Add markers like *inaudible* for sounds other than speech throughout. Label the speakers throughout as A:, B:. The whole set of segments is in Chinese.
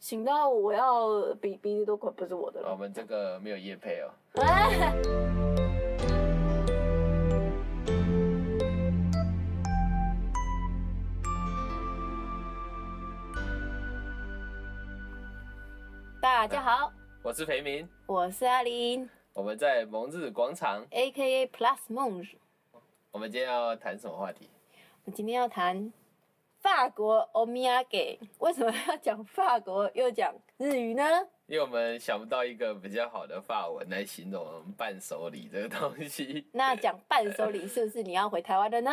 A: 醒到我要比鼻子都快不是我的
B: 啊我
A: 了。
B: 们这个没有业配哦。
A: *laughs* 大家好，
B: 我是裴明，
A: 我是阿林
B: 我们在蒙日广场。
A: ，A K A Plus 梦日。
B: 我们今天要谈什么话题？
A: 我今天要谈法国欧米亚给，为什么要讲法国又讲日语呢？
B: 因为我们想不到一个比较好的法文来形容我们伴手礼这个东西
A: 那讲伴手礼是不是你要回台湾了呢？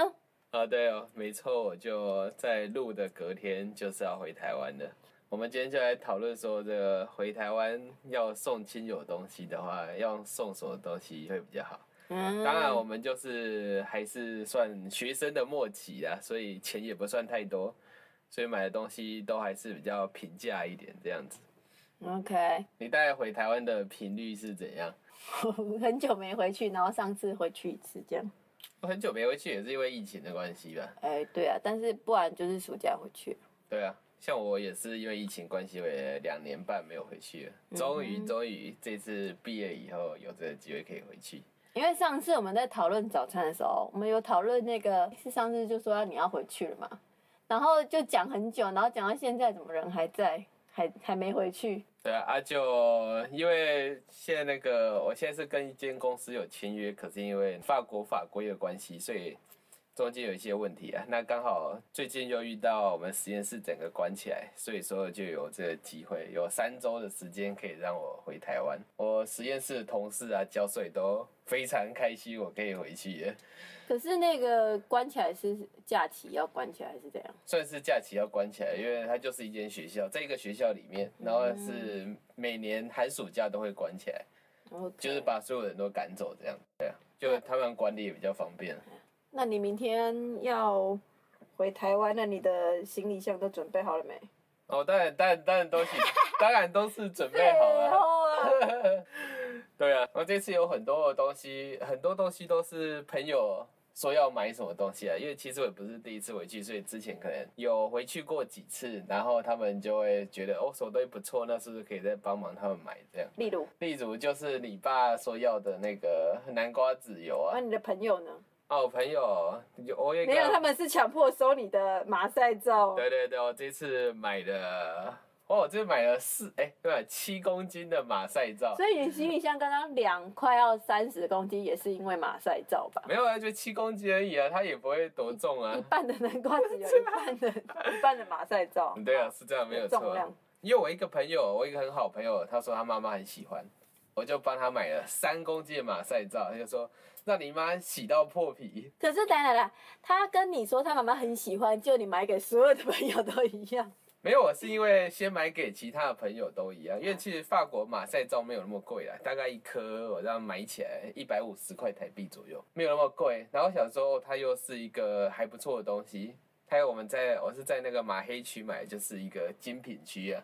B: 啊。对哦，没错，我就在录的隔天就是要回台湾的。我们今天就来讨论说，这个回台湾要送亲友东西的话，要送什么东西会比较好？
A: 嗯，
B: 当然，我哦们就是还是算学生的末期啊，所以钱也不算太多，所以买的东西都还是比较平价一点这样子。
A: OK，
B: 你大概回台湾的频率是怎样？
A: 我 *laughs* 很久没回去，然后上次回去一次这样。
B: 我很久没回去，也是因为疫情的关系吧？
A: 哎、对啊，但是不然就是暑假回去。
B: 对啊，像我也是因为疫情关系，我也两年半没有回去了。终于，终于这次毕业以后有这个机会可以回去。
A: 因为上次我们在讨论早餐的时候，我们有讨论那个是上次就说要你要回去了嘛，然后就讲很久，然后讲到现在怎么人还在，还还没回去。
B: 对啊，啊就因为现在那个，我现在是跟一间公司有签约，可是因为法国法规的关系，所以中间有一些问题啊。那刚好最近又遇到我们实验室整个关起来，所以说就有这个机会，有三周的时间可以让我回台湾。我实验室的同事啊、教授也都非常开心，我可以回去了，
A: 可是那个关起来是假期要关起来还是怎样？
B: 算是假期要关起来，因为它就是一间学校，在一个学校里面，然后是每年寒暑假都会关起来。
A: 然后
B: 就是把所有人都赶走这样。对啊，就他们管理也比较方便。
A: 那你明天要回台湾，那你的行李箱都准备好了没？
B: 哦，当然，当然，当然都行，当然都是准备好
A: 然
B: 了、啊。
A: 后 *laughs* 啊，
B: 对啊，我这次有很多的东西，很多东西都是朋友说要买什么东西啊。因为其实我也不是第一次回去，所以之前可能有回去过几次，然后他们就会觉得哦，什么东西不错，那是不是可以再帮忙他们买这样？
A: 例如，
B: 例如就是你爸说要的那个南瓜籽油
A: 那
B: 啊，
A: 你的朋友呢？
B: 哦，我朋友有我有一个
A: 没有，他们是强迫收你的马赛皂。
B: 对对对，我这次买的，哦，我这次买了四，哎，对，七公斤的马赛皂，
A: 所以你行李箱刚刚两块要三十公斤，也是因为马赛皂吧？
B: 没有啊，就七公斤而已啊，它也不会多重
A: 一
B: 啊。
A: 半的南瓜籽有一半
B: *laughs*
A: 的一半的马赛皂。
B: 对啊，是这样，没有
A: 重
B: 错。
A: 量。
B: 因为我一个朋友，我一个很好朋友，他说他妈妈很喜欢，我就帮他买了三公斤的马赛皂，他就说让你妈洗到破皮。
A: 可是当然了，他跟你说他妈妈很喜欢，就你买给所有的朋友都一样。
B: 没有，我是因为先买给其他的朋友都一样，
A: 嗯
B: 因为其实法国马赛皂没有那么贵啦，大概一颗我这样买起来一百五十块台币左右，没有那么贵。然后想说哦它又是一个还不错的东西，还有我们在我是在那个马黑区买，就是一个精品区啊，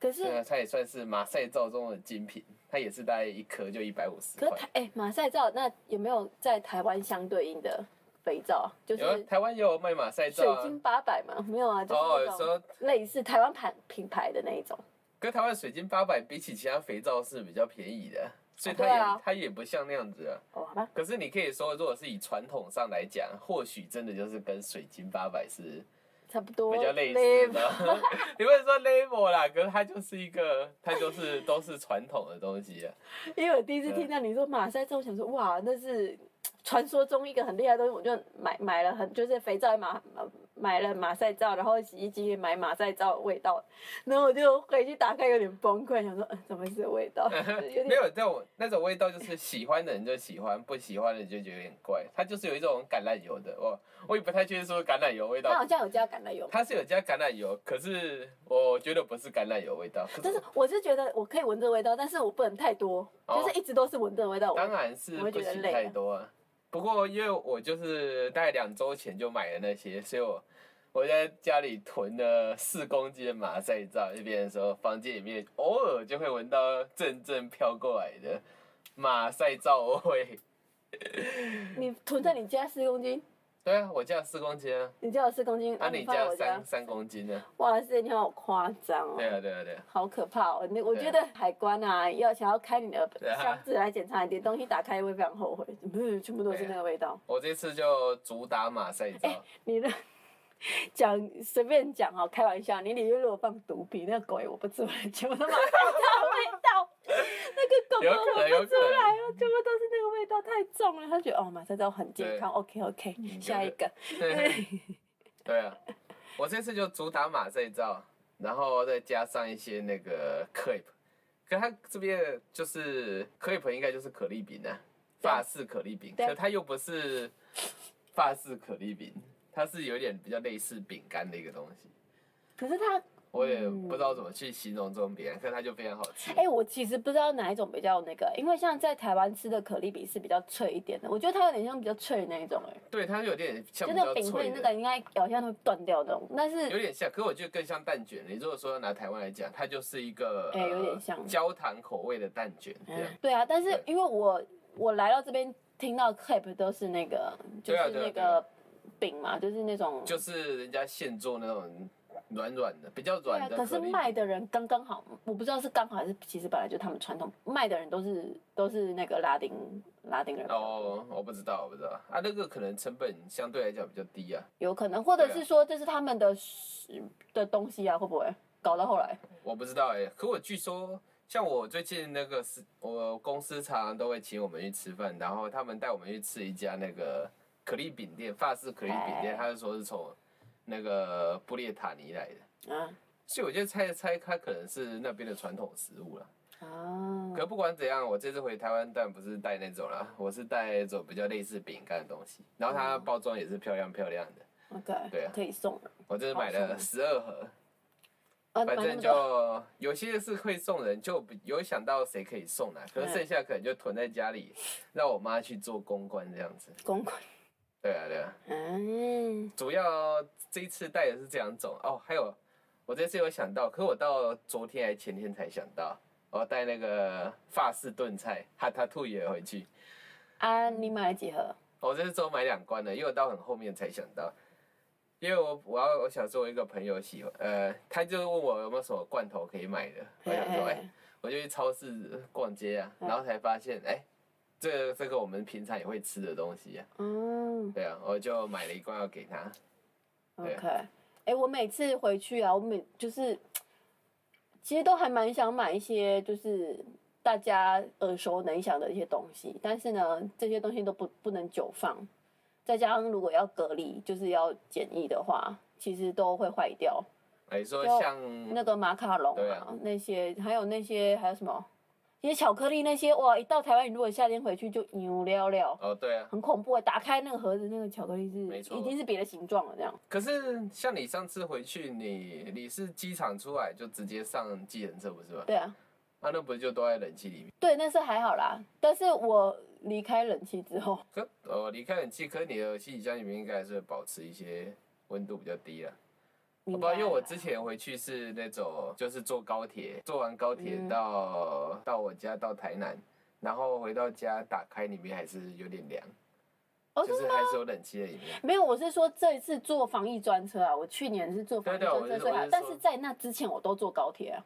A: 可
B: 对
A: 是，
B: 啊，它也算是马赛皂中的精品，它也是大概一颗就一百五十
A: 可是
B: 块。
A: 台哎、马赛皂那有没有在台湾相对应的肥皂？就
B: 有啊
A: 是
B: 台湾也有卖马赛
A: 水
B: 皂啊
A: 晶，八百嘛？没有啊，就是
B: 哦，
A: 那种
B: 说
A: 类似台湾牌品牌的那一种。
B: 跟台湾水晶八百比起其他肥皂是比较便宜的，所以它
A: 对
B: 也、
A: 啊
B: 它也不像那样子啊。
A: 哦，好吧，
B: 可是你可以说，如果是以传统上来讲，或许真的就是跟水晶八百是
A: 差不多。
B: 比较类似的。 *laughs* 你不能说 label 啦，可是它就是一个，它就是都是传统的东西、啊。
A: 因为我第一次听到你说马赛之后，想说哇，那是传说中一个很厉害的东西，我就买买了很就是肥皂马买买了马赛皂，然后洗衣机也买马赛皂的味道，然后我就回去打开有点崩溃，想说嗯，怎么是味
B: *laughs*
A: 道？就是有
B: 没
A: 点
B: 有这种那种味道，就是喜欢的人就喜欢，不喜欢的人就觉得有点怪。它就是有一种橄榄油的，我我也不太确定是不是橄榄油味
A: 它好
B: 道。
A: 像有加橄榄油，
B: 它是有加橄榄油，可是我觉得不是橄榄油味道。可
A: 但是我是觉得我可以闻这个味道，但是我不能太多，
B: 哦
A: 就是一直都是闻这个味道。
B: 当然是不行太多啊。不过因为我就是大概两周前就买了那些，所以我我在家里囤了四公斤的马赛皂，就变成说房间里面偶尔就会闻到阵阵飘过来的马赛皂味。
A: 你囤在你家四公斤，
B: 对啊，我家四公斤啊，
A: 你家有四公斤，
B: 啊
A: *laughs* 那
B: 你
A: 放在
B: 家
A: 我
B: 三三公斤呢、
A: 哇塞，你好夸张哦！
B: 对啊，对啊，对啊，
A: 好可怕哦！那我
B: 对
A: 觉得海关啊，要想要开你的
B: 对啊
A: 箱子来检查，你的东西打开会非常后
B: *laughs*
A: 悔，嗯，全部都是
B: 对啊
A: 那个味道。
B: 我这次就主打马赛照，
A: *laughs* 你的讲随便讲哦，开玩笑，你里面如果放毒品，那个狗也闻不出来，全部都马赛照的味
B: *laughs*
A: 道，那个
B: 有
A: 狗狗
B: 可能，
A: 闻
B: 有
A: 不出
B: 可
A: 来
B: 能。
A: 哦，全部都是那个味道，太重了。他觉得哦，马赛照很健康，OK OK，
B: 嗯
A: 下一
B: *laughs*
A: 个，
B: 对对啊，我这次就主打马赛照，然后再加上一些那个 clip，可它这边就是 clip 应该就是可丽饼啊，
A: 对
B: 法式可丽饼，
A: 对
B: 可它又不是法式可丽饼，它是有点比较类似饼干的一个东西。
A: 可是它
B: 我也
A: 嗯
B: 不知道怎么去形容这种饼干，可它就非常好吃。
A: 哎、我其实不知道哪一种比较那个，因为像在台湾吃的可丽饼是比较脆一点的，我觉得它有点像比较脆的那一种、哎，
B: 对，它有点像
A: 就
B: 比
A: 那个
B: 较
A: 饼
B: 脆
A: 会
B: 的
A: 那个应该咬下来会断掉的，但是
B: 有点像，可我觉得更像蛋卷。你如果说拿台湾来讲，它就是一个
A: 哎有点
B: 呃
A: 像
B: 焦糖口味的蛋卷这样。
A: 对啊，但是
B: 对
A: 因为我我来到这边听到 cape 都是那个就
B: 对啊
A: 是
B: 对啊
A: 那
B: 对啊
A: 个饼嘛，就是那种
B: 就是人家现做那种软软的，比较
A: 对
B: 软
A: 啊，
B: 的
A: 可是
B: 丽
A: 卖
B: 饼
A: 的人刚刚好，我不知道是刚好还是其实本来就他们传统卖的人都是都是那个拉丁拉丁人比较多，
B: 哦，我不知道，我不知道啊，那个可能成本相对来讲比较低啊，
A: 有可能，或者
B: 对啊
A: 是说这是他们的食的东西啊，会不会搞到后来？
B: 我不知道哎、可我据说，像我最近那个是，我公司常常都会请我们去吃饭，然后他们带我们去吃一家那个可丽饼店，法式可丽饼
A: 哎
B: 店，他就说是从那个布列塔尼来的，
A: 啊
B: 所以我就猜猜它可能是那边的传统食物了。
A: 啊，
B: 可不管怎样，我这次回台湾，但不是带那种啦，我是带一种比较类似饼干的东西，然
A: 嗯
B: 后它包装也是漂亮漂亮的。
A: OK，
B: 对啊
A: 可以送人。
B: 我这次买了十二盒，
A: 啊，
B: 反
A: 买那
B: 正
A: 么多，
B: 就有些是会送人，就有想到谁可以送啦，可是剩下可能就囤在家里，让我妈去做公关这样子。
A: 公款。
B: 对啊，对啊，
A: 嗯，
B: 主要这一次带的是这两种哦，还有我这次有想到，可我到昨天还前天才想到，我带那个法式炖菜哈塔兔也回去。
A: 啊，你买了几盒？
B: 我这次只有买两罐的，因为我到很后面才想到，因为我我要我想说，我一个朋友喜欢，呃，他就问我有没有什么罐头可以买的，我想说，哎、
A: 嘿嗯
B: 我就去超市逛街啊，然后才发现，哎、这个这个我们平常也会吃的东西啊，
A: 嗯
B: 对啊，我就买了一罐要给他，对
A: ，OK。哎、我每次回去啊，我每就是，其实都还蛮想买一些就是大家耳熟能详的一些东西，但是呢，这些东西都不不能久放，再加上如果要隔离，就是要检疫的话，其实都会坏掉。
B: 你哎说
A: 就
B: 像
A: 那个马卡龙
B: 嗯对
A: 啊，
B: 啊
A: 那些还有那些还有什么，一些巧克力那些，哇！一到台湾，你如果夏天回去就 *laughs* 牛撩撩，
B: 哦对啊，
A: 很恐怖欸。打开那个盒子，那个巧克力是
B: 没错
A: 已经是别的形状了，这样。
B: 可是像你上次回去，你你是机场出来就直接上计程车不是吗？
A: 对啊，
B: 啊，那不是就都在冷气里面？
A: 对，那是还好啦。但是我离开冷气之后，
B: 可呃，离开冷气，可是你的行李箱里面应该还是会保持一些温度比较低啊。
A: 你
B: 我不知道，因为我之前回去是那种，就是坐高铁，坐完高铁
A: 嗯
B: 到、到我家到台南，然后回到家打开里面还是有点凉，
A: 哦，
B: 就
A: 真
B: 是
A: 的
B: 还
A: 吗？
B: 是有冷气在里面。
A: 没有，我是说这一次坐防疫专车啊，我去年是坐防疫
B: 对对
A: 专
B: 我
A: 车，
B: 是
A: 所以
B: 我
A: 还
B: 是
A: 但
B: 说
A: 是在那之前我都坐高铁啊。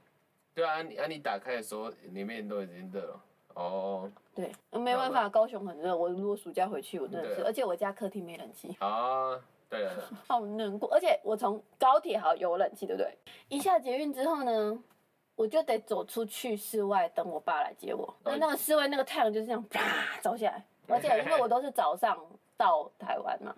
B: 对啊，你啊你打开的时候里面都已经热了。哦
A: 对，没办
B: 那
A: 法，高雄很热。我如果暑假回去，我真的
B: 对
A: 是，
B: 啊
A: 而且我家客厅没冷气。
B: 啊，对了，对
A: *laughs*
B: 了
A: 好难过。而且我从高铁好有冷气，对不对？一下捷运之后呢，我就得走出去室外等我爸来接我。
B: 哦
A: 那那个室外那个太阳就是这样啪照下来，而
B: *laughs*
A: 且因为我都是早上到台湾嘛，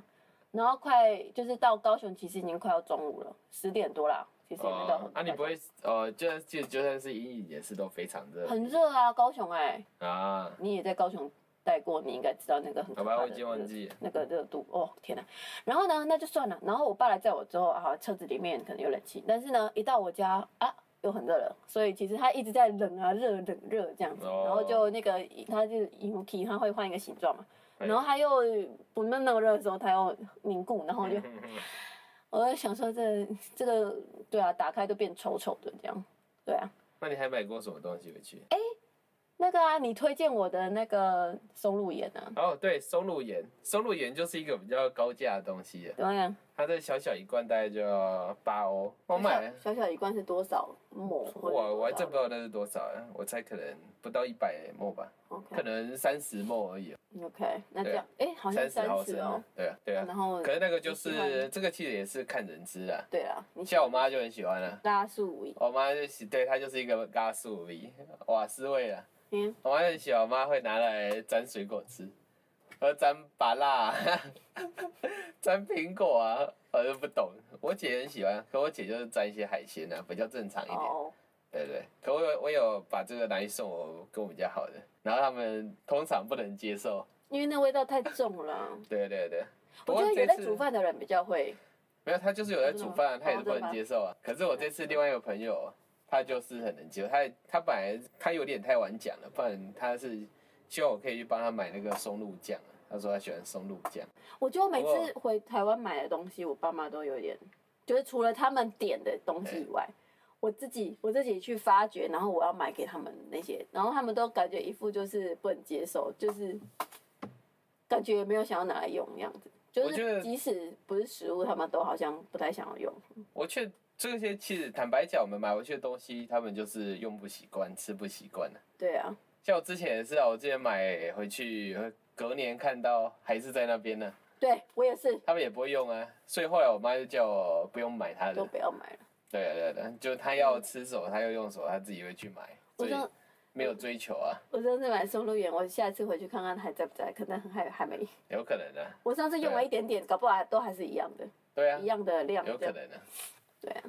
A: 然后快就是到高雄，其实已经快要中午了，十点多啦，其实也没到
B: 哦
A: 很，
B: 啊你不会呃，就算就就算是阴影也是都非常热
A: 很热啊，高雄哎、
B: 啊。
A: 你也在高雄待过，你应该知道那个很可
B: 好吧，
A: 怕
B: 我
A: 的
B: 已经忘记了。
A: 那个热度哦，天哪！然后呢，那就算了。然后我爸来载我之后，啊，车子里面可能有冷气，但是呢，一到我家啊，又很热了，所以其实他一直在冷啊热冷热这样子。
B: 哦
A: 然后就那个他就是 i n k 他会换一个形状嘛。
B: 哎
A: 然后他又不那么热的时候，他又凝固，然后
B: *laughs* 哎
A: 我就我在想说这这个对啊，打开都变丑丑的这样，对啊。
B: 那你还买过什么东西回去？
A: 那个啊，你推荐我的那个松露盐啊，
B: 哦，对，松露盐，松露盐就是一个比较高价的东西了，
A: 怎么样？
B: 它这小小一罐大概就要八欧，我买了，
A: 小小小一罐是多少抹？
B: 我我还真不知道那是多少啊，我猜可能不到一百沫吧，可
A: OK
B: 能三十沫而已，
A: OK，那这
B: 对
A: 样
B: 啊，
A: 哎，好像
B: 三
A: 三
B: 毫
A: 十
B: 升
A: 哦
B: 啊，，对啊对啊，
A: 然后
B: 可是那个就
A: 你喜欢
B: 是这个其实也是看人吃啊，
A: 对啊，你
B: 像我妈就很喜欢了、
A: 拉素饮，
B: 我妈就喜对她就是一个嘎素味瓦斯味啊，
A: 嗯，
B: 我妈很喜欢，我妈会拿来沾水果吃，和沾芭辣、啊， *laughs* 沾苹果啊，我就不懂。我姐很喜欢，可我姐就是沾一些海鲜啊，比较正常一点。
A: 哦，
B: 对对，可我有我有把这个拿去送我跟我比较好的，然后他们通常不能接受。
A: 因为那味道太重了。
B: 对对对，不
A: 我
B: 过
A: 觉得有
B: 这
A: 在
B: 次
A: 煮饭的人比较会，
B: 没有，他就是有在煮饭啊，
A: 真的吗
B: 他也是不能接受啊。可是我这次另外一个朋友，他就是很能接受，他他本来他有点太晚讲了，不然他是希望我可以去帮他买那个松露酱啊。他说他喜欢松露酱，
A: 我觉得我每
B: 不
A: 次回台湾买的东西，我爸妈都有点，就是除了他们点的东西以外，我自己我自己去发掘，然后我要买给他们那些，然后他们都感觉一副就是不能接受，就是感觉也没有想要拿来用的样子。就
B: 我觉
A: 是
B: 得
A: 即使不是食物，他们都好像不太想要用。
B: 我却这些其实坦白讲，我们买回去的东西，他们就是用不习惯，吃不习惯的。
A: 对啊，
B: 像我之前也是啊，我之前买回去，隔年看到还是在那边呢，
A: 对我也是，
B: 他们也不会用啊，所以后来我妈就叫我不用买它
A: 都
B: 的。
A: 不要买了。
B: 对啊对啊对啊，就他要吃什么，他要用什么，他自己会去买。
A: 我
B: 所以。
A: 上
B: 没有追求啊，
A: 我上次买松露园，我下次回去看看还在不在，可能还还没。
B: 有可能啊，
A: 我上次用了
B: 对啊
A: 一点点，搞不好都还是一样的。
B: 对啊
A: 一，样的量，
B: 有
A: 这
B: 可
A: 样
B: 能啊。
A: 对啊，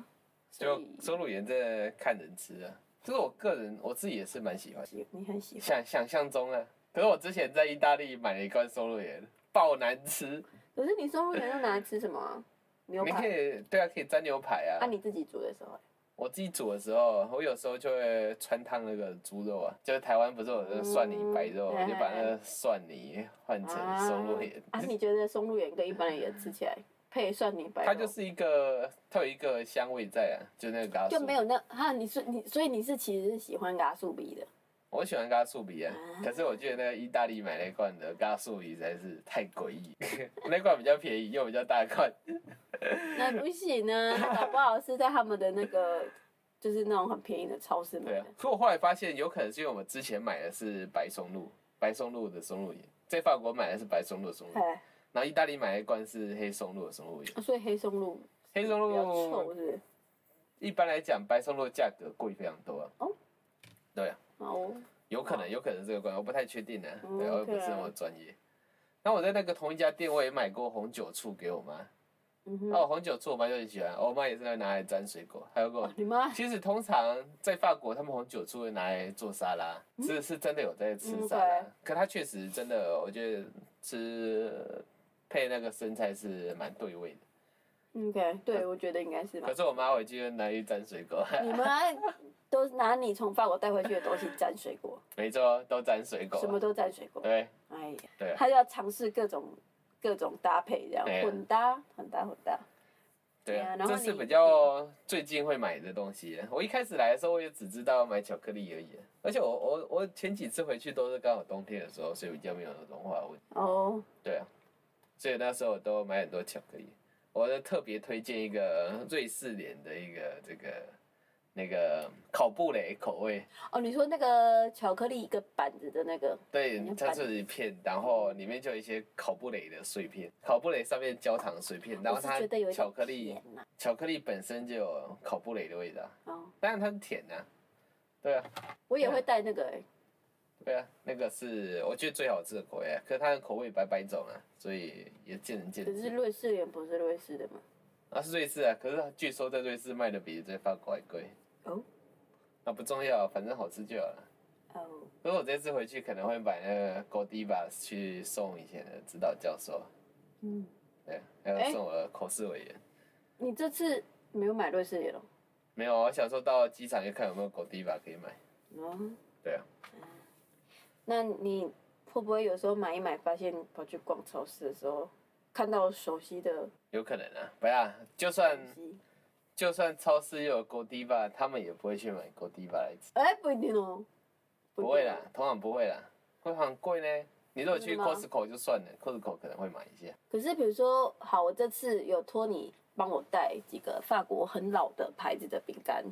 A: 所
B: 就
A: 以
B: 收入盐这看人吃啊，这是我个人我自己也是蛮喜欢，
A: 喜你很喜欢，
B: 想想象中啊。可是我之前在意大利买了一罐收入盐，爆难吃。
A: 可是你松露盐要拿来吃什么啊、牛
B: 你可
A: 排？
B: 以对啊，可以沾牛排啊。
A: 那、你自己煮的时候，
B: 我自己煮的时候，我有时候就会穿烫那个猪肉啊，就是台湾不是有那个蒜泥白肉，
A: 嗯
B: 我就把那个蒜泥换成松露盐。
A: 啊，你觉得松露盐跟一般人也吃起来配蒜泥白肉，
B: 它就是一个，它有一个香味在啊，就那个嘎
A: 就
B: 素
A: 没有那哈、你是你，所以你是其实是喜欢嘎素比的，
B: 我喜欢嘎素比啊
A: 啊，
B: 可是我觉得那个意大利买那罐的嘎素比实在是太诡异， *laughs* 那罐比较便宜又比较大罐，
A: 那不行啊，那搞不好是在他们的那个就是那种很便宜的超市买
B: 对啊
A: 的。。
B: 可我后来发现，有可能是因为我们之前买的是白松露，白松露的松露盐，在法国买的是白松露的松露，
A: 哎、
B: 然后意大利买的一罐是黑松露的松露盐。
A: 所以黑松露
B: 黑松
A: 比较
B: 露
A: 臭，是不是？
B: 一般来讲，白松露价格贵非常多啊。
A: 哦
B: 对啊，
A: 哦，
B: 有可能，有可能是这个关系，我不太确定呢、
A: 嗯
B: 对啊，我也
A: 可
B: 不
A: 能
B: 是那么专业。那我在那个同一家店，我也买过红酒醋给我妈。
A: 嗯哼，
B: 哦，红酒醋我妈就很喜欢，我妈也是在拿来沾水果，还有
A: 哦
B: 个。
A: 你妈
B: 其实通常在法国，他们红酒醋会拿来做沙拉，是是真的有在吃
A: 嗯
B: 沙拉
A: 对。
B: 可它确实真的，我觉得吃配那个生菜是蛮对味的。
A: 嗯 OK，对，我觉得应该是吧
B: 可。是我妈回去就拿去沾水果，
A: 你们啊都拿你从法国带回去的东西沾水果，
B: 没错，都沾水果
A: 什。么都沾水果。
B: 对
A: 哎呀，
B: 哦呃对啊
A: 他要尝试各种各种搭配，这样
B: 对啊
A: 混搭、混搭、混搭。对
B: 对
A: 啊
B: 啊，
A: 然后
B: 这是
A: 你
B: 比较最近会买的东西。我一开始来的时候，我也只知道买巧克力而已。而且我我我前几次回去都是刚好冬天的时候，所以比较没有融化我
A: 哦，
B: 对啊，所以那时候我都买很多巧克力。我就特别推荐一个呃瑞士莲的一个这个那个烤布雷口味，
A: 哦，你说那个巧克力一个板子的那个，
B: 对
A: 你，
B: 它是一片，然后里面就有一些烤布雷的碎片，烤布雷上面焦糖碎片，然
A: 我
B: 后
A: 是
B: 它
A: 觉得有一
B: 巧
A: 点
B: 克力
A: 甜呐。
B: 巧克力本身就有烤布雷的味道，
A: 哦，
B: 当然它是甜的、对啊，
A: 我也会带那个哎，
B: 对啊，那个是我觉得最好吃的口味、啊，可是它的口味百百种啊，所以也见仁见
A: 可
B: 智
A: 是。瑞士莲不是瑞士的嘛？
B: 啊，是瑞士啊，可是据说在瑞士卖的比在法国还贵。
A: 哦。
B: 啊，不重要，反正好吃就好了。
A: 哦，
B: 如果我这次回去，可能会买那个 Godiva 去送以前的指导教授，啊
A: 嗯，
B: 对，还有
A: 哎
B: 送我的口试委员。
A: 你这次没有买瑞士莲哦？
B: 没有，啊我想说到机场就看有没有 Godiva 可以买。
A: 哦，
B: 对啊，
A: 那你会不会有时候买一买，发现跑去逛超市的时候，看到熟悉的
B: 有可能啊，不要，就算
A: 东西？
B: 就算超市又有 Godiva，他们也不会去买 Godiva 来吃。
A: 哎、不一定哦。一定
B: 不会啦，通常不会啦，会很贵呢。你如果去
A: 真的吗
B: Costco 就算了，Costco 可能会买一些。
A: 可是比如说，好，我这次有托你帮我带几个法国很老的牌子的饼干，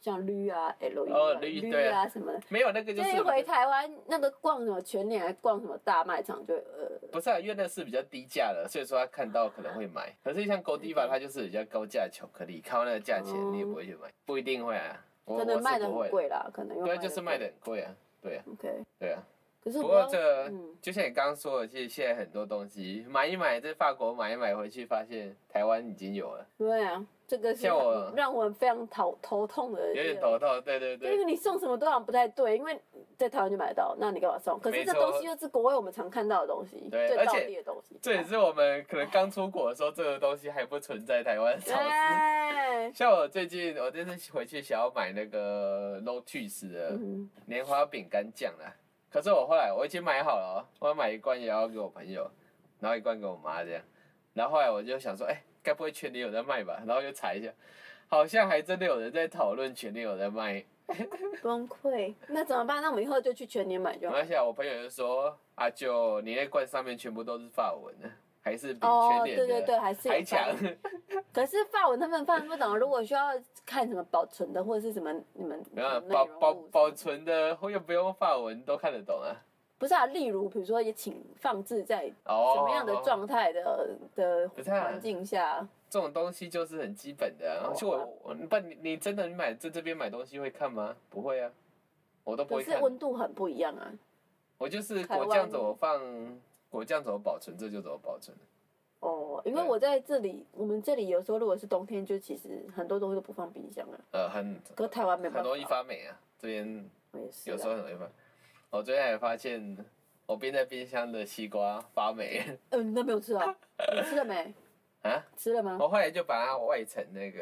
A: 像绿啊、L 啊、
B: 哦绿对
A: 啊什么的。
B: 没有那个
A: 就
B: 就
A: 是一回台湾，那个逛什么全联，还逛什么大卖场，就呃，
B: 不是啊，因为那是比较低价的，所以说他看到可能会买。可是像 Godiva 它就是比较高价的巧克力，看到那个价钱
A: 哦
B: 你也不会去买，不一定会啊。我
A: 可能
B: 我
A: 卖
B: 是
A: 的
B: 不
A: 很
B: 会，
A: 贵啦，可能又
B: 对啊，就是卖
A: 贵
B: 的。很贵啊，对啊，
A: OK，
B: 对啊。
A: 可是
B: 不
A: 我
B: 过
A: 刚
B: 这个
A: 嗯，
B: 就像你刚刚说的，其实现在很多东西买一买，在法国买一买回去，发现台湾已经有了，
A: 对啊，这个是
B: 像我
A: 让我非常头头痛的一个，
B: 有点头痛。对对
A: 对，因
B: 对
A: 为你送什么都好像不太对，因为在台湾就买得到，那你干嘛送？可是
B: 没
A: 这
B: 错
A: 东西又是国外我们常看到的东西，
B: 对
A: 最
B: 而
A: 道
B: 且
A: 地的东西。
B: 这也是我们可能刚出国的时候，这个东西还不存在台湾的超市。
A: 哎，
B: 像我最近，我这次回去想要买那个 Lotus 的
A: 嗯，
B: 莲花饼干酱啦，可是我后来我已经买好了、哦，我要买一罐也要给我朋友，然后一罐给我妈这样。然后后来我就想说，哎、该不会全年有在卖吧？然后就查一下，好像还真的有人在讨论全年有在卖。
A: 崩溃。那怎么办？那我们以后就去全年买就
B: 没
A: 好。
B: 关系啊，我朋友就说啊，就你那罐上面全部都是法文的，还是比
A: 哦
B: 全，
A: 对
B: 脸的、
A: 对对，还是有
B: 还强
A: 翻。可是法文他们翻不懂，如果需要看什么保存的或者是什么你们
B: *laughs* 没有
A: 内
B: 保
A: 容
B: 保
A: 物
B: 保存的，又不用法文都看得懂啊。
A: 不是啊，例如比如说也请放置在
B: 哦，
A: 什么样的？状态的的
B: 不太
A: 环境下，
B: 这种东西就是很基本的、啊。而
A: 哦
B: 且我我不，你你真的你买在这边买东西会看吗？不会啊，我都不
A: 可
B: 会
A: 是
B: 看。
A: 温度很不一样啊。
B: 我就是
A: 台
B: 果
A: 湾
B: 酱怎么放，果酱怎么保存，这就怎么保存。
A: 哦，因为
B: 对
A: 我在这里，我们这里有时候如果是冬天，就其实很多东西都不放冰箱了。
B: 呃，很
A: 可是台湾没办法，
B: 很容易发霉啊，这边
A: 我也是啊。
B: 有时候很容易发。我最近还发现，我冰在冰箱的西瓜发霉
A: 嗯，那没有吃
B: *laughs*
A: 啊？你吃了没？
B: 啊！
A: 吃了吗？
B: 我后来就把它外层那个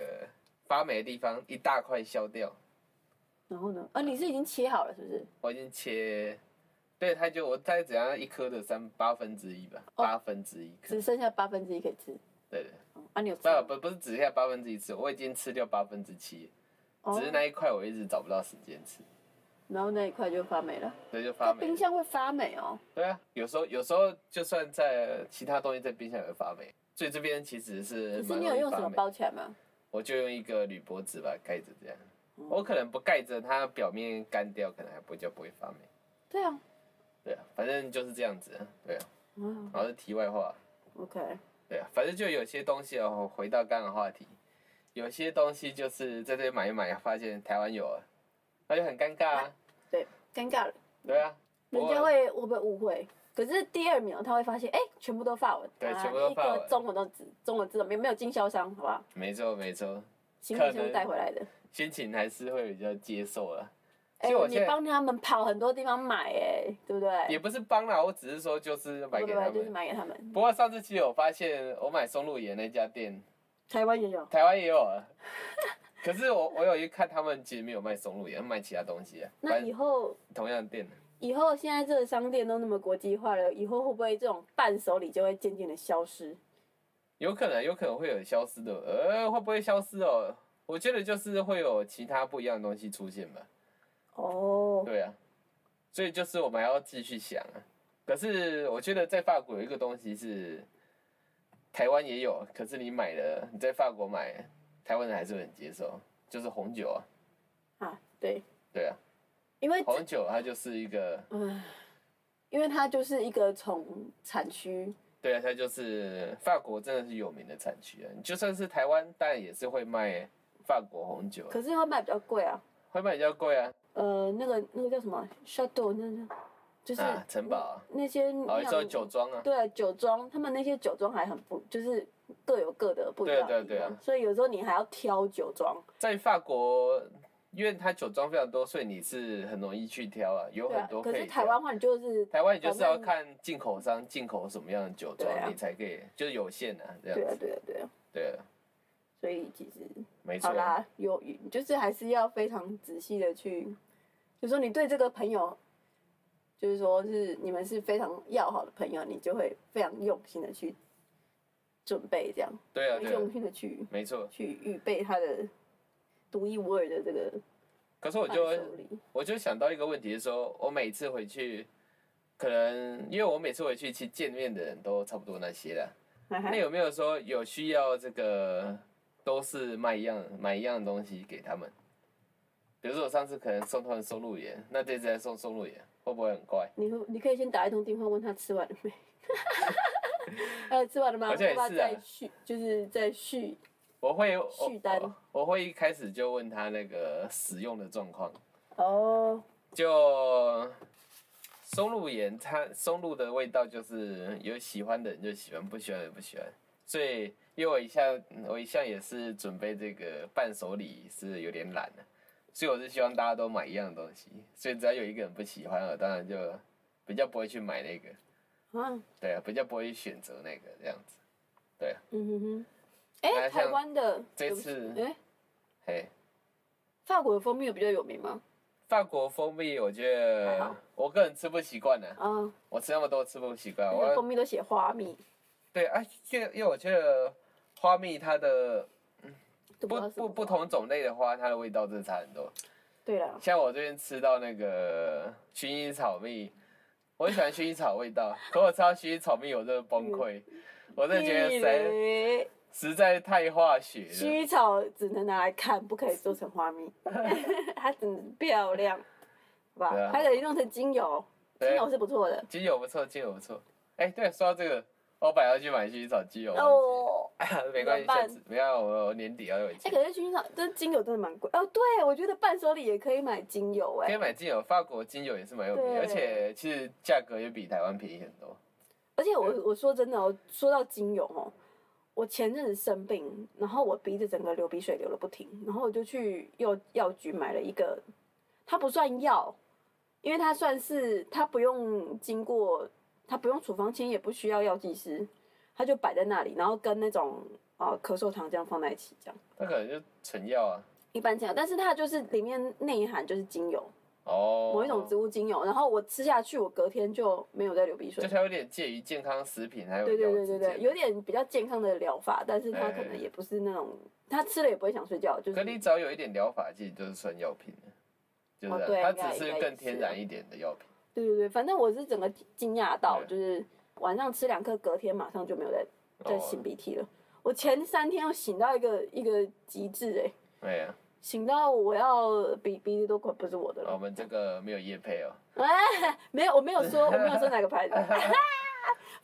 B: 发霉的地方一大块削掉，
A: 然后呢？啊，你是已经切好了是不是？
B: 我已经切，对，它就我大概只要一颗的三八分之一吧，
A: 哦
B: 八分之一颗，
A: 只剩下八分之一可以吃。
B: 对对，
A: 哦啊，你有吃吗？
B: 不不不是只剩下八分之一吃，我已经吃掉八分之七，
A: 哦
B: 只是那一块我一直找不到时间吃，
A: 然后那一块就发霉了。
B: 所以就
A: 在
B: 发霉
A: 冰。箱会发霉哦。
B: 对啊，有时候有时候就算在其他东西在冰箱也会发霉，所以这边其实是
A: 可是
B: 蛮
A: 你有
B: 容易
A: 用
B: 发
A: 什么
B: 霉
A: 包起来吗？
B: 我就用一个铝箔纸把它盖着，这样。
A: 嗯
B: 我可能不盖着，它表面干掉，可能还不就不会发霉。
A: 对啊。
B: 对啊，反正就是这样子啊。对啊，
A: 嗯
B: 然后是题外话。
A: ，OK。
B: 对啊，反正就有些东西哦，回到刚刚的话题，有些东西就是在这里买一买，发现台湾有了，那就很尴尬啊。
A: 对，尴尬了，
B: 对啊，不
A: 人
B: 过
A: 家会会不会误会？可是第二秒他会发现，哎、全部都发文，
B: 对
A: 啊
B: 全部都法文
A: 一个中文都只中文字都没有没有经销商，好吧？
B: 没错没错，
A: 行
B: 可
A: 李箱
B: 能
A: 带回来的。
B: 心情还是会比较接受了。
A: 哎、
B: 所以我
A: 你
B: 现在
A: 帮他们跑很多地方买、哎，对不
B: 也
A: 对？
B: 不是帮啦，我只是说就是买
A: 对
B: 给
A: 对
B: 他
A: 对，就是
B: 们。
A: 买给他们。
B: 不过上次其实我发现，我买松露野那家店，
A: 台湾也有，
B: 台湾也有
A: *laughs*
B: 啊。可是我我有一看他们其实没有卖松露，也卖其他东西啊。
A: 那
B: 反
A: 以
B: 正
A: 后
B: 同样的店啊呢，
A: 以后现在这个商店都那么国际化了，以后会不会这种伴手礼就会渐渐的消失？
B: 有可能有可能会有消失的，呃，会不会消失哦？我觉得就是会有其他不一样的东西出现吧。
A: 哦，
B: 对啊，所以就是我们还要继续想啊。可是我觉得在法国有一个东西是台湾也有，可是你买了你在法国买，台湾人还是会很接受，就是红酒啊。
A: 啊，对，
B: 对啊，
A: 因为
B: 红酒它就是一个
A: 嗯，因为它就是一个从产区，
B: 对啊，它就是法国真的是有名的产区啊。你就算是台湾，当然也是会卖法国红酒啊，
A: 可是会卖比较贵啊。
B: 会卖比较贵啊。
A: 呃，那个那个叫什么 shadow，那那就是、
B: 啊，城堡啊，
A: 那些
B: 哦，
A: 酿
B: 你说酒庄啊，
A: 对酒庄，他们那些酒庄还很不，就是各有各的不一样的
B: 对对
A: 地
B: 对啊
A: 方，所以有时候你还要挑酒庄，
B: 在法国，因为它酒庄非常多，所以你是很容易去挑啊，有
A: 对
B: 很
A: 啊
B: 多。
A: 可
B: 可
A: 是
B: 以
A: 台
B: 挑。
A: 湾话你就是
B: 台湾你就是要
A: 反正
B: 看进口商进口什么样的酒庄，
A: 对啊
B: 你才可以，就是有限啊，这
A: 对
B: 样
A: 啊
B: 子。
A: 对啊对啊，
B: 对啊，
A: 所以其实
B: 没错
A: 好。啦，有就是还是要非常仔细的去，就说你对这个朋友。就是说，是你们是非常要好的朋友，你就会非常用心的去准备，这样
B: 对啊，对啊
A: 用，心的去
B: 没错。
A: 去预备他的独一无二的这个
B: 可是我
A: 伴
B: 就
A: 手礼
B: 我就想到一个问题是说，我每次回去，可能因为我每次回去其实见面的人都差不多那些了。那有没有说有需要这个都是卖一样买一样的东西给他们？比如说我上次可能送他们松露盐，那这次再送松露盐，会不会很怪？
A: 你会你可以先打一通电话问他吃完了
B: *laughs*
A: 没，呃，吃完了吗？
B: 好像
A: 要
B: 也
A: 不要
B: 是啊
A: 再续，就是再续。
B: 我会我
A: 续单
B: 我我会一开始就问他那个使用的状况，
A: 哦，
B: 就松露盐，它松露的味道就是有喜欢的人就喜欢，不喜欢的人不喜欢。所以，因为我一向我一向也是准备这个伴手礼是有点懒的，所以我是希望大家都买一样的东西。所以只要有一个人不喜欢，我当然就比较不会去买那个，
A: 啊，
B: 对啊，比较不会去选择那个这样子。
A: 嗯哼哼。
B: 那
A: 哎，
B: 像
A: 台湾的
B: 这
A: 有
B: 次
A: 哎，
B: 嘿，
A: 法国的蜂蜜有比较有名吗？
B: 法国蜂蜜我觉
A: 还
B: 得
A: 好
B: 我个人吃不习惯呢，
A: 啊，
B: 我吃那么多吃不习惯，
A: 那
B: 我
A: 个蜂蜜都写花蜜，
B: 对啊，因为因为我觉得花蜜它的
A: 都知道
B: 不
A: 是什么
B: 不不
A: 花。
B: 同种类的花，它的味道真的差很多。
A: 对了，
B: 像我最近吃到那个薰衣草蜜，我很喜欢薰衣草味道，可我吃到薰衣草蜜我真的崩溃，
A: 嗯
B: 我真的觉得
A: 地
B: 实在
A: 雷
B: 实在太化学
A: 薰
B: 了。
A: 衣草只能拿来看，不可以做成花
B: *laughs*
A: 蜜，它只能漂亮，好吧
B: 对啊？
A: 还可以弄成精油，精
B: 对
A: 油是不错的。
B: 精油不错，精油不错。哎、对，说到这个，我本来要去买薰衣草精油，忘
A: 哦。
B: 记了 *laughs* 没关系，
A: 怎么
B: 下
A: 办
B: 次没有我我年底要有
A: 哎、
B: 钱，
A: 可是薰衣草这精油真的蛮贵哦。对，我觉得伴手礼也可以买精油哎、
B: 可以买精油，法国精油也是蛮有名的，
A: 对
B: 而且其实价格也比台湾便宜很多。
A: 而且我我说真的哦，说到精油哦，我前阵子生病，然后我鼻子整个流鼻水流了不停，然后我就去药药局买了一个，它不算药，因为它算是它不用经过，它不用处方签，也不需要药剂师，它就摆在那里，然后跟那种啊、呃咳嗽糖这样放在一起这样。
B: 那可能就纯药啊。
A: 一般这样，但是它就是里面内含就是精油，
B: 哦，
A: 某一种植物精油，然后我吃下去，我隔天就没有再流鼻水
B: 就。它有点介于健康食品还有
A: 对对
B: 药
A: 对对
B: 之间
A: 对，有点比较健康的疗法，但是它
B: 哎
A: 可能也不是那种，它吃了也不会想睡觉，就是
B: 可你只要有一点疗法剂，就是算药品了，就是
A: 哦
B: 这
A: 对
B: 样、
A: 应该
B: 它只
A: 应
B: 是
A: 该
B: 更
A: 也
B: 天
A: 是啊
B: 然一点的药品。
A: 对对对，反正我是整个惊讶到，
B: 对
A: 就是晚上吃两颗，隔天马上就没有再
B: 哦
A: 再擤鼻涕了。我前三天又擤到一个一个极致哎、
B: 对呀、
A: 擤到我要鼻鼻子都快不是我的
B: 啊，我
A: 了，
B: 们这个没有叶配哦。
A: *laughs* 没有我没有说我没有说哪个牌
B: *laughs*
A: 子，反正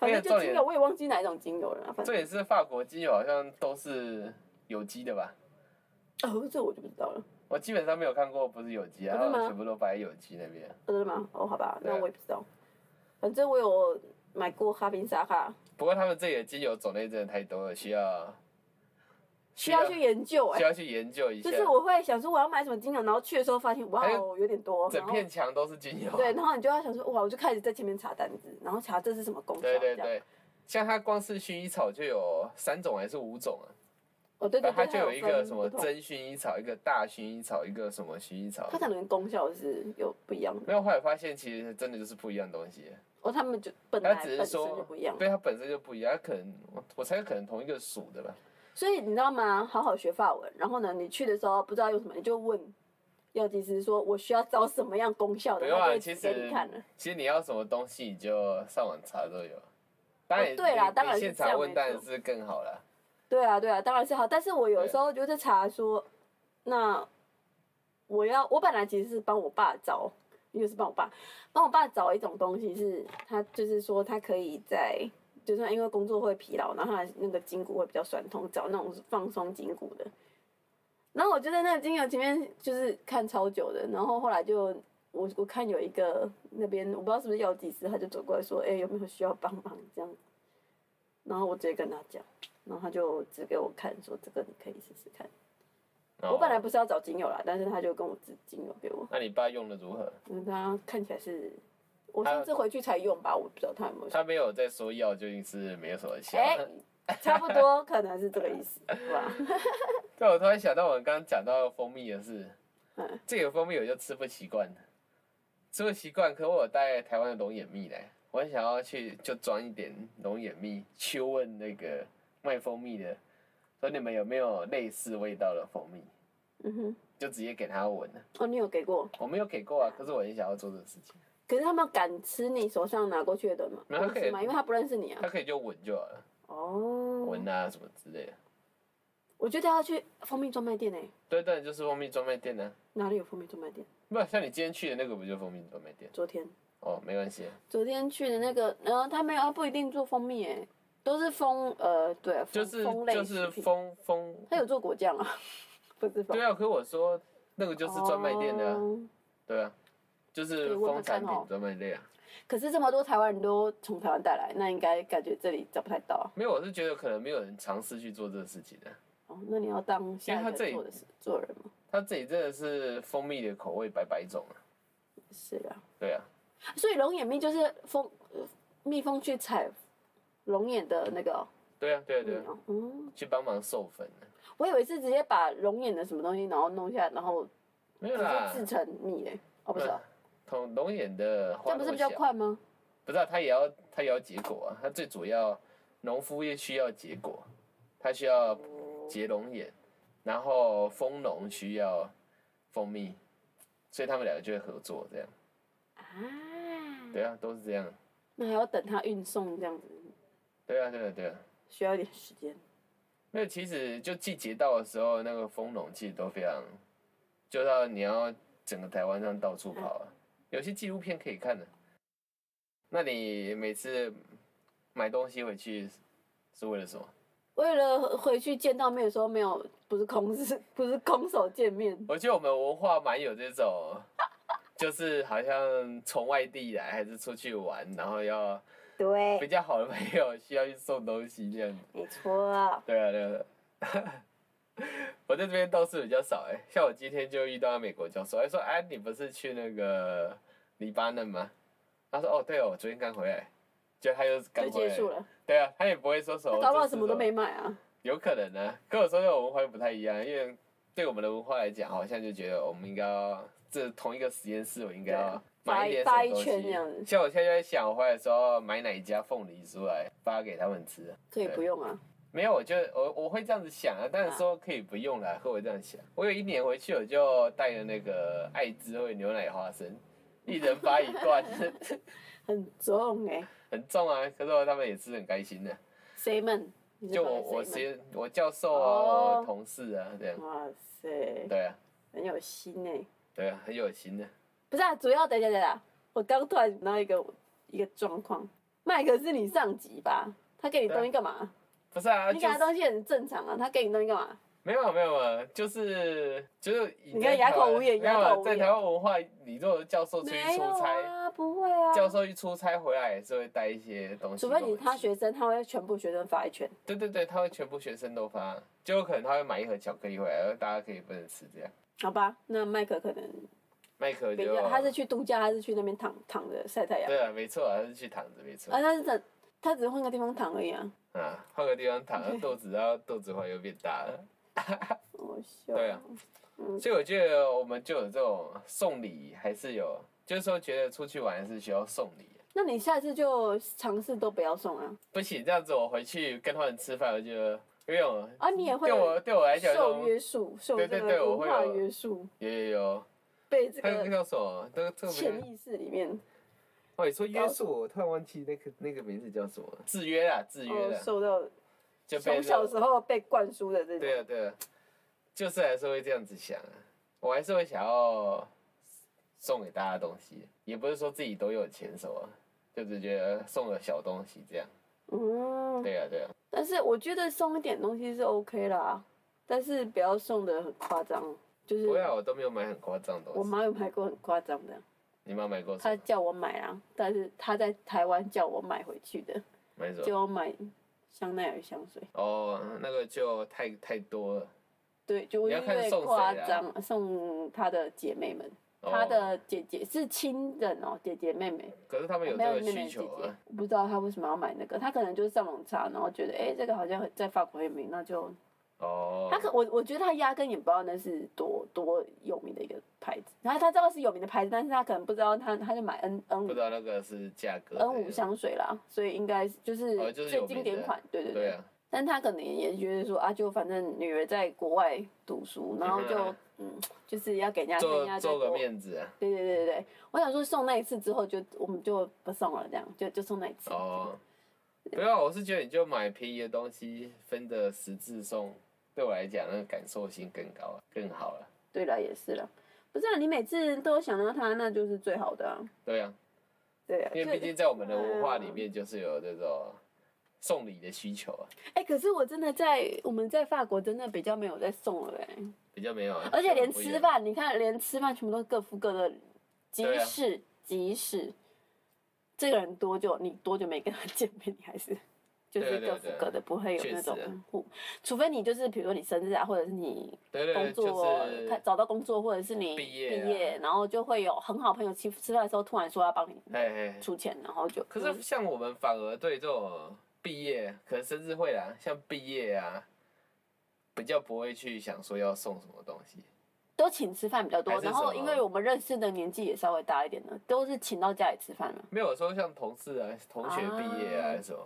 B: 没有
A: 就
B: 重
A: 精油
B: 点
A: 我也忘记哪一种精油了，反
B: 这
A: 正
B: 也是法国精油，好像都是有机的吧？
A: 哦这我就不知道了。
B: 我基本上没有看过不是有机啊，
A: 哦真的
B: 它们
A: 吗
B: 全部都摆有机那边。
A: 哦真的吗？哦，好吧，
B: 对啊
A: 那我也不知道。反正我有买过哈宾沙哈，
B: 不过他们这里的精油种类真的太多了，需要
A: 需要去研究哎、
B: 需要去研究一下。
A: 就是我会想说我要买什么精油，然后去的时候发现哇
B: 还
A: 哦有点多，
B: 哎整片墙都是精油
A: 然后。对，然后你就要想说哇，我就开始在前面查单子，然后查这是什么功效，
B: 对对
A: 这样
B: 对，像它光是薰衣草就有三种还是五种啊？
A: 哦对对
B: 然后
A: 对，
B: 它就有一个
A: 分
B: 什么
A: 不同，
B: 真薰衣草，一个大薰衣草，一个什么薰衣草
A: 它。可能功效是有不一样的，
B: 没有，后来发现其实真的就是不一样的东西，
A: 哦他们就本
B: 它
A: 来
B: 只
A: 本
B: 是
A: 身
B: 说
A: 就不一样，
B: 对它本身就不一样，它可能我我猜可能同一个属的吧。
A: 所以你知道吗？好好学法文，然后呢你去的时候不知道用什么，你就问药剂师说我需要找什么样功效
B: 不
A: 的，
B: 用
A: 他就
B: 啊，
A: 会
B: 其
A: 指
B: 实
A: 给你看了。
B: 其实你要什么东西，你就上网查都有。当然，
A: 哦对啦
B: 你你
A: 当然是
B: 现
A: 这
B: 场
A: 样
B: 问
A: 没
B: 当然
A: 错
B: 是更好了。
A: 对啊，对啊，当然是好。但是我有
B: 对
A: 时候就在查说，那我要我本来其实是帮我爸找，又是帮我爸帮我爸找一种东西是，他就是说他可以在，就算因为工作会疲劳，然后他那个筋骨会比较酸痛，找那种放松筋骨的。然后我就在那个精油前面就是看超久的，然后后来就我我看有一个那边我不知道是不是药剂师，他就走过来说，哎、有没有需要帮忙这样？然后我直接跟他讲。然后他就指给我看，说这个你可以试试看。
B: 哦
A: 我本来不是要找精油啦，但是他就跟我指精油给我，
B: 那你爸用的如何？
A: 嗯，他看起来是，我
B: 他
A: 上次回去才用吧，我不知道他有没有。
B: 他没有在说药，究竟是没有什么效。
A: 哎、差不多可能是这个意思，是吧？ *laughs*
B: 对，我突然想到，我刚刚讲到蜂蜜的事
A: 嗯，
B: 这个蜂蜜我就吃不习惯，吃不习惯。可我有带台湾的龙眼蜜来，我很想要去就装一点龙眼蜜，去问那个卖蜂蜜的，说你们有没有类似味道的蜂蜜？
A: 嗯哼，
B: 就直接给他闻了。
A: 哦，你有给过？
B: 我没有给过啊，可是我很想要做这个事情。
A: 可是他们敢吃你手上拿过去的灯吗？
B: 没有他
A: 不
B: 可以
A: 是吗？因为他不认识你啊
B: 他。可以就闻就好了，
A: 哦，
B: 闻啊什么之类的。
A: 我觉得要去蜂蜜专卖店诶、欸
B: 对，但就是蜂蜜专卖店呢、啊
A: 哪里有蜂蜜专卖店？
B: 不像你今天去的那个不就蜂蜜专卖店？
A: 昨天，
B: 哦，没关系，
A: 昨天去的那个，然后他没有，他不一定做蜂蜜诶、都是蜂呃，对，蜂
B: 就是
A: 蜂类
B: 就是
A: 食品
B: 蜂蜂。
A: 他有做果酱啊， *laughs* 不是蜂
B: 对，啊，可是我说那个就是专卖店的、啊，
A: 哦
B: 对啊，就是
A: 对我
B: 蜂
A: 有
B: 产
A: 看
B: 品
A: 哦
B: 专卖店啊。
A: 可是这么多台湾人都从台湾带来，那应该感觉这里找不太到啊。
B: 没有，我是觉得可能没有人尝试去做这个事情的、啊
A: 哦，那你要当下一
B: 因为他这
A: 个
B: 里
A: 做的事做人吗？
B: 他自己真的是蜂蜜的口味百百种啊，
A: 是啊，
B: 对啊，
A: 所以龙眼蜜就是蜂呃蜜蜂去采龙眼的那个哦
B: 对啊，对啊，
A: 蜜
B: 对啊，
A: 哦。嗯，
B: 去帮忙授粉啊、
A: 我以为是直接把龙眼的什么东西，然后弄下来，然后
B: 没
A: 直
B: 有
A: 接
B: 啦，
A: 制成蜜嘞。哦，不是哦，
B: 同龙眼的
A: 这
B: 花
A: 样不
B: 那
A: 是
B: 么
A: 比较
B: 小，
A: 快吗？
B: 不是、啊，它也要它也要结果啊，它最主要农夫也需要结果，它需要结龙眼，然后蜂农需要蜂蜜，所以他们两个就会合作这样，
A: 啊，
B: 对啊，都是这样，
A: 那还要等它运送这样子，
B: 对啊，对啊，对啊。
A: 需要一点时间。
B: 那其实就季节到的时候，那个蜂农其实都非常，就到你要整个台湾上到处跑啊，有些纪录片可以看的、那你每次买东西回去是为了什么？
A: 为了回去见到面的时候没有，不是空是，不是空手见面，
B: 我觉得我们文化蛮有这种，就是好像从外地来还是出去玩，然后要比
A: 对，
B: 较好的朋友需要去送东西这样子。
A: 没错啊，
B: 对啊，对啊。 *laughs* 我在这边倒是比较少哎、像我今天就遇到美国教授，他说：“哎、你不是去那个黎巴嫩吗？”他说：“哦，对哦，我昨天刚回来。”就他又刚
A: 就结
B: 回来
A: 束。了。
B: 对啊，他也不会说什么。
A: 搞不
B: 这
A: 好
B: 是
A: 什么都没买啊，
B: 有可能呢、跟我说的文化又不太一样，因为对我们的文化来讲，好像就觉得我们应该要这同一个实验室，我应该
A: 对
B: 要
A: 啊
B: 买一点什
A: 发一
B: 么
A: 发一
B: 东
A: 圈这样
B: 西。
A: 子
B: 像我现在就在想，我回来的时候买哪一家凤梨出来发给他们吃。
A: 可以不用啊。
B: 没有，我就我我会这样子想啊，但是说可以不用啦，和我这样想。我有一年回去，我就带了那个爱滋味牛奶花生，一人发一
A: *laughs*
B: 罐，
A: 很重哎、
B: 很重啊。可是他们也吃很开心的、
A: 谁们？你是
B: 就
A: 放
B: 我
A: 在
B: 我
A: 谁
B: 实我教授啊，
A: 哦
B: 我同事啊，这样
A: 们？哇塞，
B: 对啊
A: 很有心哎、
B: 对啊，很有心的、
A: 不是啊，主要等一下等一下，我刚突然想到一个一个状况，麦克是你上级吧？他给你东西干嘛？
B: 不是啊，
A: 你
B: 就
A: 给他
B: 是
A: 东西很正常啊，他给你东西干嘛？
B: 没有没有没有，就是就是
A: 你看哑口无言
B: 没有
A: 哑
B: 啊
A: 口无
B: 在
A: 言
B: 台湾文化，你如果教授出去
A: 没有
B: 出差，
A: 啊，不会啊。
B: 教授一出差回来也是会带一些东西
A: 除
B: 给我
A: 非
B: 们吃，
A: 你他学生，他会全部学生发一圈。
B: 对对对，他会全部学生都发，就有可能他会买一盒巧克力回来，然后大家可以分着吃这样。
A: 好吧，那麦克可能
B: 麦克
A: 比
B: 就
A: 较，他是去度假，他是去那边躺躺着晒太阳，
B: 对啊，没错啊，他是去躺着，没错
A: 啊，他是在他只是换个地方躺而已啊。
B: 啊，换个地方躺，然后肚子，然后肚子会又变大了。
A: 我笑。
B: 对啊所以我觉得我们就有这种送礼，还是有，就是说觉得出去玩是需要送礼。
A: 那你下次就尝试都不要送啊！
B: 不行，这样子我回去跟他们吃饭，我就因为我
A: 啊，你也会
B: 对我对我来讲，
A: 受约束，受
B: 对
A: 这
B: 对
A: 个
B: 对我
A: 文
B: 会
A: 化
B: 有
A: 约束，
B: 有有有，
A: 被这
B: 他 *laughs* 那个
A: 个
B: 叫什么？那个这个名字
A: 潜意识里面
B: 哦，你说约束我，突然忘记那个那个名字叫什么？制约啦，制约
A: 哦
B: 啦，
A: 受到
B: 就被
A: 从小时候被灌输的这
B: 对啊
A: 种。
B: 对啊，就是还是会这样子想啊，我还是会想要送给大家东西，也不是说自己都有钱什么，就只觉得送个小东西这样。
A: 嗯，
B: 对啊对啊，
A: 但是我觉得送一点东西是 OK 啦，但是不要送的很夸张，就是
B: 不啊要我都没有买很夸张的
A: 我
B: 东西，
A: 妈有买过很夸张的，
B: 你妈买过什
A: 她
B: 么？
A: 叫我买啊，但是她在台湾叫我买回去的，
B: 买什么？
A: 叫我买香奈儿香水。
B: 哦，那个就太太多了。
A: 对，就我
B: 你
A: 就
B: 要看
A: 觉得
B: 送谁
A: 夸
B: 啊
A: 张，送她的姐妹们，
B: 哦
A: 她的姐姐是亲人哦，姐姐妹妹，
B: 可是他们有
A: 没
B: 这
A: 有
B: 个
A: 妹妹
B: 需
A: 姐姐
B: 求啊，，
A: 我不知道她为什么要买那个，她可能就是上网查，然后觉得哎、诶这个好像很在法国很有名，那就
B: 哦
A: 她，可我我觉得她压根也不知道那是多多有名的一个牌子，然后她知道是有名的牌子，但是她可能不知道她她就买 N N
B: 不
A: 五
B: 知道那个是价格怎
A: N 五
B: 样。
A: 香水啦，所以应该是就是
B: 哦就是
A: 最
B: 有名
A: 经典
B: 的
A: 款，对对
B: 对啊，
A: 但他可能也觉得说啊，就反正女儿在国外读书，然后就
B: 嗯
A: 嗯，就是要给人家看人
B: 做
A: 家
B: 做
A: 在
B: 个
A: 国
B: 面子啊
A: 对对对对对，我想说送那一次之后就我们就不送了，这样就就送那一次。
B: 哦。不要，我是觉得你就买便宜的东西，分的十字送，对我来讲那个感受性更高啊，更好了。
A: 对了，也是了，不是、啊、你每次都想到他，那就是最好的、啊。
B: 对啊，
A: 对啊，
B: 因
A: 就
B: 为毕竟在我们的文化里面，就是有这种送礼的需求啊，
A: 哎、可是我真的在我们在法国真的比较没有在送了哎、
B: 比较没有啊。
A: 而且连
B: 不一样
A: 吃，饭，你看连吃饭全部都各付各的，即
B: 对啊
A: 使、即使这个人多久你多久没跟他见面，你还
B: *laughs*
A: 是就是
B: 对啊对
A: 各付
B: 对
A: 各的，不会有
B: 确
A: 那种
B: 实啊
A: 互，除非你就是比如说你生日啊，或者是你
B: 对对
A: 工
B: 对，
A: 作、
B: 就是
A: 看找到工作，或者是你
B: 毕业啊
A: 然后就会有很好朋友吃吃饭的时候突然说要帮你
B: 哎哎，
A: 出钱，然后就
B: 可
A: 嗯
B: 是像我们反而对这种毕业，可能生日会啦，像毕业啊，比较不会去想说要送什么东西。
A: 都请吃饭比较多
B: 还，是
A: 然后
B: 什么
A: 因为我们认识的年纪也稍微大一点了，都是请到家里吃饭了。
B: 没有说像同事啊、同学毕业
A: 啊
B: 啊什么，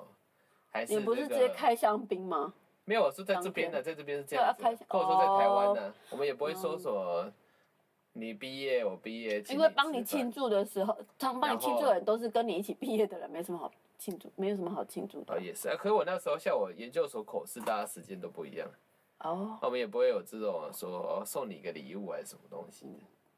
B: 还是
A: 你不
B: 这
A: 是直
B: 个
A: 接开香槟吗？
B: 没有，我是在这边的，在这边是这样
A: 啊
B: 子的，或者说在台湾
A: 哦
B: 呢、我们也不会说什么你毕业我毕业，请
A: 因为帮你
B: 吃
A: 庆
B: 饭
A: 祝的时候，常帮你
B: 然后
A: 庆祝的人都是跟你一起毕业的人，没什么好庆祝，没有什么好庆祝
B: 哦
A: 的。
B: 也是啊。可是我那时候像我研究所口试，大家时间都不一样，
A: 哦，
B: 我们也不会有这种说、哦、送你一个礼物还是什么东西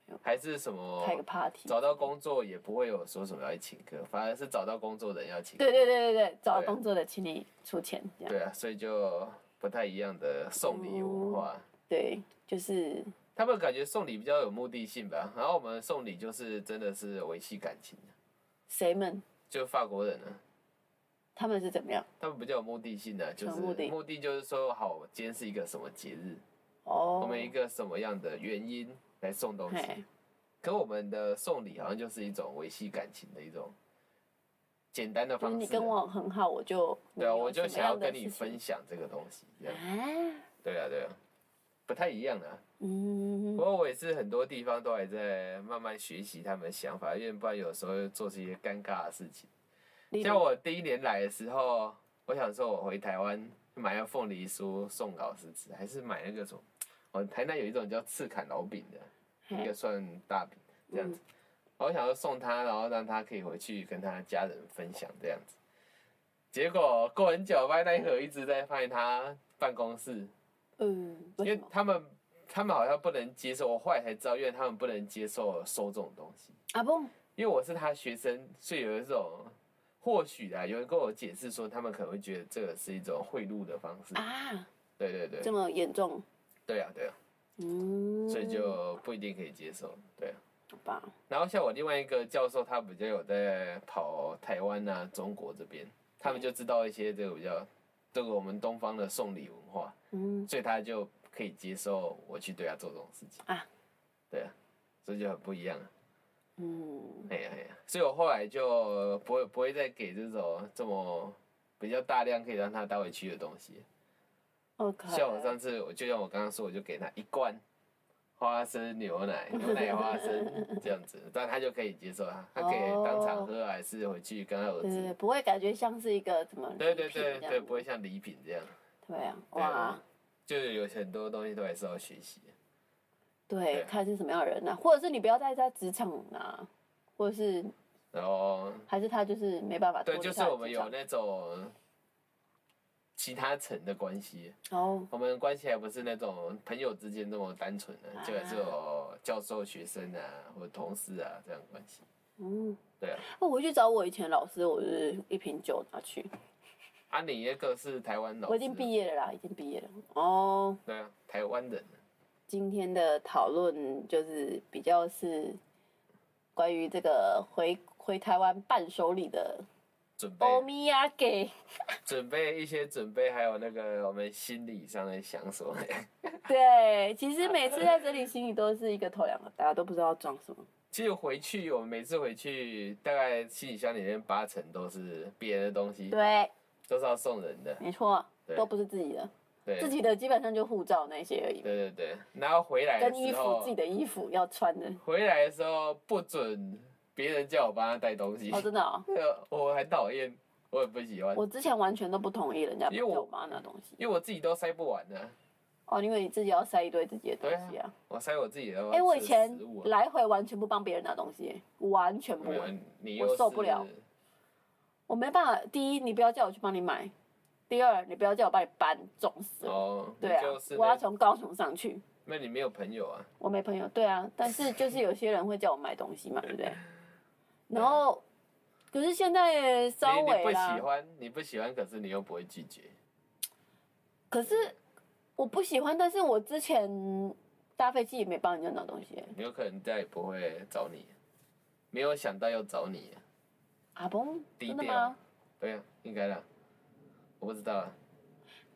B: 的，还是什么
A: 开个 party。
B: 哦找到工作也不会有说什么要请客，反而是找到工作的人要请客。
A: 对对对对对，找
B: 对啊
A: 工作的请你出钱，这样
B: 对啊，所以就不太一样的送礼文化。
A: 对，就是
B: 他们感觉送礼比较有目的性吧，然后我们送礼就是真的是维系感情的，
A: 谁们
B: 就法国人呢，
A: 他们是怎么样？
B: 他们比较有目的性的，啊就是
A: 什么目的
B: 就是说，好，今天是一个什么节日，
A: 哦，
B: 我们一个什么样的原因来送东
A: 嘿
B: 西，可我们的送礼好像就是一种维系感情的一种简单的
A: 就
B: 方
A: 是
B: 式啊。
A: 你跟我很好，我就
B: 对啊，
A: 你有
B: 我就
A: 什么
B: 想要
A: 样的
B: 跟你
A: 事情
B: 分享这个东西，这样
A: 啊，
B: 对啊对啊，不太一样啊。不
A: 嗯，
B: 过我也是很多地方都还在慢慢学习他们的想法，因为不然有时候又做出一些尴尬的事情。
A: 例如
B: 像我第一年来的时候，我想说我回台湾买了凤梨酥送老师吃，还是买那个什么，我台南有一种叫赤坎老饼的，
A: 嘿
B: 一个算大饼这样子。我想说送他，然后让他可以回去跟他家人分享这样子。结果过很久，发现那一盒一直在放在他办公室，
A: 嗯，
B: 因
A: 为什
B: 为
A: 么？
B: 他们他们好像不能接受，我后来才知道，因为他们不能接受收这种东西。
A: 阿蹦，
B: 因为我是他学生，所以有一种或许啊，有人跟我解释说，他们可能会觉得这个是一种贿赂的方式。
A: 啊，
B: 对对嗯对
A: 这，么严重，
B: 对啊对啊，
A: 嗯，
B: 所以就不一定可以接受。对啊。
A: 好吧，
B: 然后像我另外一个教授，他比较有在跑台湾啊、中国这边，他们就知道一些这个比较这个我们东方的送礼文化，
A: 嗯，
B: 所以他就可以接受我去对他做这种事情
A: 啊。
B: 对啊，所以就很不一样啊。
A: 嗯，
B: 哎呀哎呀，所以我后来就不会不会再给这种这么比较大量可以让他带回去的东西。
A: OK，
B: 像我上次，我就像我刚刚说，我就给他一罐花生牛奶，牛奶花生这样子，但他就可以接受啊，他可以
A: 哦
B: 当场喝，还是回去跟他儿
A: 对对对，
B: 子。
A: 不会感觉像是一个怎么礼
B: 对对
A: 品
B: 对
A: 这样
B: 对，不会像礼品这样，
A: 对啊，
B: 对
A: 哇，
B: 就是有很多东西都还是要学习。
A: 对，
B: 对
A: 看是什么样的人呐、啊或者是你不要在他职场啊，或者是
B: 然后，
A: 还是他就是没办法脱
B: 对，
A: 离
B: 就是
A: 他的
B: 我们
A: 职
B: 有
A: 场，
B: 那种其他层的关系。
A: 哦，
B: 我们关系还不是那种朋友之间那么单纯的、就还是
A: 啊
B: 有教授、学生啊，或者同事啊这样的关系。
A: 嗯，
B: 对啊，
A: 我回去找我以前老师，我就是一瓶酒拿去，
B: 啊，你那个是台湾老师，
A: 我已经毕业了啦，已经毕业了。哦，
B: 对啊，台湾人，
A: 今天的讨论就是比较是关于这个回回台湾伴手礼的
B: 准备
A: 欧米亚给，
B: 准备一些准备，还有那个我们心理上的想索。
A: *laughs* 对，其实 *laughs* 每次在整理行李都是一个头两个，大家都不知道装什么。
B: *laughs* 其实回去，我们每次回去，大概行李箱里面八成都是别人的东西，
A: 对，
B: 都是要送人的。
A: 没错，
B: 对
A: 都不是自己的，
B: 对，
A: 自己的基本上就护照那些而已，
B: 对对对，然后回来的
A: 跟衣
B: 时
A: 服
B: 候
A: 自己，的衣服要穿的。
B: 回来的时候不准别人叫我帮他带东西。
A: 哦，真的哦，
B: 啊那个我很讨厌，我也不喜欢，
A: 我之前完全都不同意人家
B: 因为我
A: 叫我妈拿东西。
B: 因为我自己都塞不完啊呢，
A: 哦，因为你自己要塞一堆自己的东西
B: 对
A: 啊。
B: 我塞我自己的。
A: 哎、我以前
B: 食物啊
A: 来回完全不帮别人拿东西，完全不
B: 没有
A: 玩。
B: 你
A: 我
B: 又
A: 受不
B: 是
A: 了我没办法，第一，你不要叫我去帮你买；第二，你不要叫我帮你搬，重死了。
B: 哦，
A: 对啊
B: 你就是，
A: 我要
B: 那
A: 从高雄上去，
B: 那你没有朋友啊？
A: 我没朋友。对啊，但是就是有些人会叫我买东西嘛，对不对？然后，可是现在稍
B: 你你
A: 微
B: 不
A: 啦
B: 喜，欢，你不喜欢，可是你又不会拒绝。
A: 可是我不喜欢，但是我之前搭飞机也没帮人家拿东西、
B: 有可能再也不会找你，啊没有想到要找你，
A: 阿崩，
B: 低
A: 真的
B: 调
A: 吗？
B: 对啊，应该啦，我不知道啊，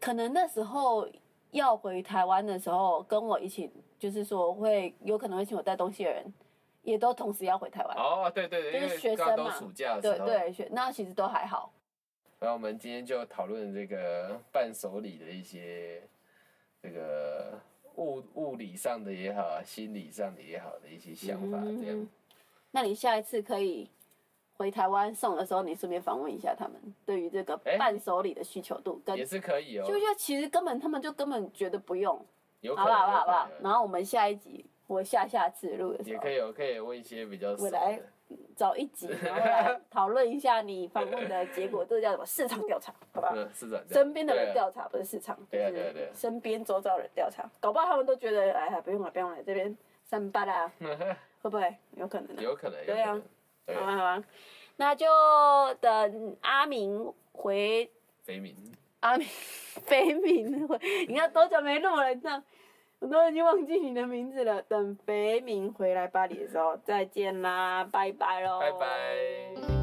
A: 可能那时候要回台湾的时候，跟我一起就是说会有可能会请我带东西的人，也都同时要回台湾。
B: 哦，对对
A: 就
B: 对，
A: 是
B: 因为
A: 学
B: 刚
A: 生
B: 都
A: 嘛
B: 暑假的
A: 对
B: 时候，
A: 对，学那其实都还好。
B: 然后我们今天就讨论这个伴手礼的一些这个物物理上的也好啊，心理上的也好的一些想法，
A: 嗯
B: 这样
A: 那你下一次可以回台湾送的时候，你顺便访问一下他们对于这个
B: 哎
A: 伴手礼的需求度跟。
B: 也是可以哦，
A: 就觉得其实根本他们就根本觉得不用，
B: 有可
A: 好不
B: 能，
A: 好？好不好？好不好
B: 有可？能
A: 然后我们下一集或下下次录的时
B: 也
A: 候
B: 可，以，我可以问一些比较熟
A: 未来
B: 的，
A: 找一集，然后
B: *laughs*
A: 来讨论一下你访问的结果，这个叫什么市场调查，好不好？
B: 嗯，市长这样
A: 身边的人
B: 对啊
A: 调查，不是市场，就
B: 对啊对啊对
A: 是
B: 啊
A: 身边周遭人调查，搞不好他们都觉得，哎呀，不用了，不用了，这边三八
B: *laughs*
A: 啦，会不会？有可能的。
B: 有可能，有
A: 对啊
B: 可能对
A: 好啊，好啊，那就等阿明回
B: 肥民，
A: 阿明肥明回，你看多久没录了？你知道，我都已经忘记你的名字了。等肥明回来巴黎的时候再见啦，拜拜喽，哦
B: 拜拜。